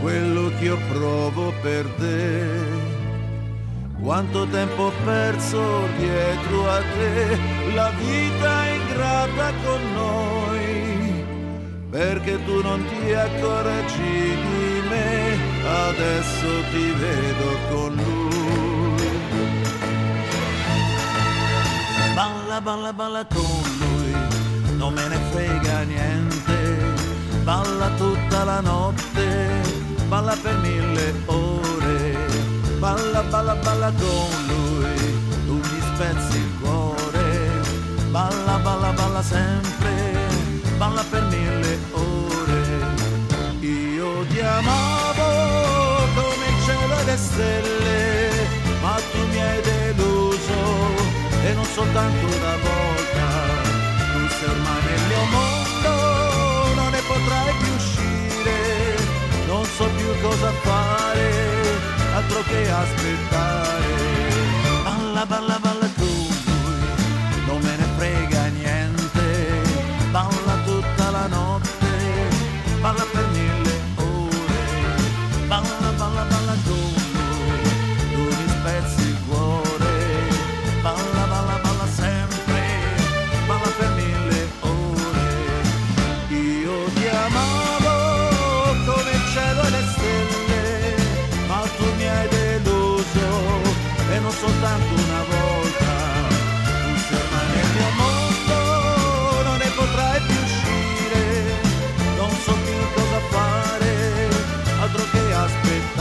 C: quello che io provo per te. Quanto tempo ho perso dietro a te, la vita è ingrata con noi, perché tu non ti accorgi di me, adesso ti vedo con lui. Balla, balla, balla con lui, non me ne frega niente. Balla tutta la notte, balla per mille ore. Balla, balla, balla con lui, tu mi spezzi il cuore. Balla, balla, balla sempre, balla per mille ore. Io ti amavo come il cielo e le stelle, ma tu mi hai deluso e non soltanto una volta. Tu sei ormai nel mio mondo, non ne potrai più uscire, non so più cosa fare, altro che aspettare. Balla, balla, balla tu, non me ne frega niente, balla tutta la notte, balla per mille ore, balla, balla, balla tu, tu mi spezzi il cuore, balla, balla, balla sempre, balla per mille ore. Io ti amavo come il cielo e le stelle, ma tu mi hai deluso e non soltanto una volta. Tu sei ormai nel mio mondo, non ne potrai più uscire, non so più cosa fare, altro che aspettare.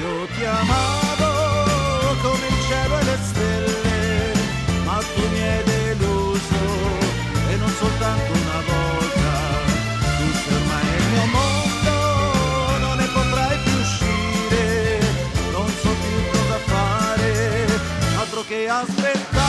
C: Io ti amavo come il cielo e le stelle, ma tu mi hai deluso e non soltanto una volta. Tu sei ormai il mio mondo, non ne potrai più uscire, non so più cosa fare, altro che aspettare.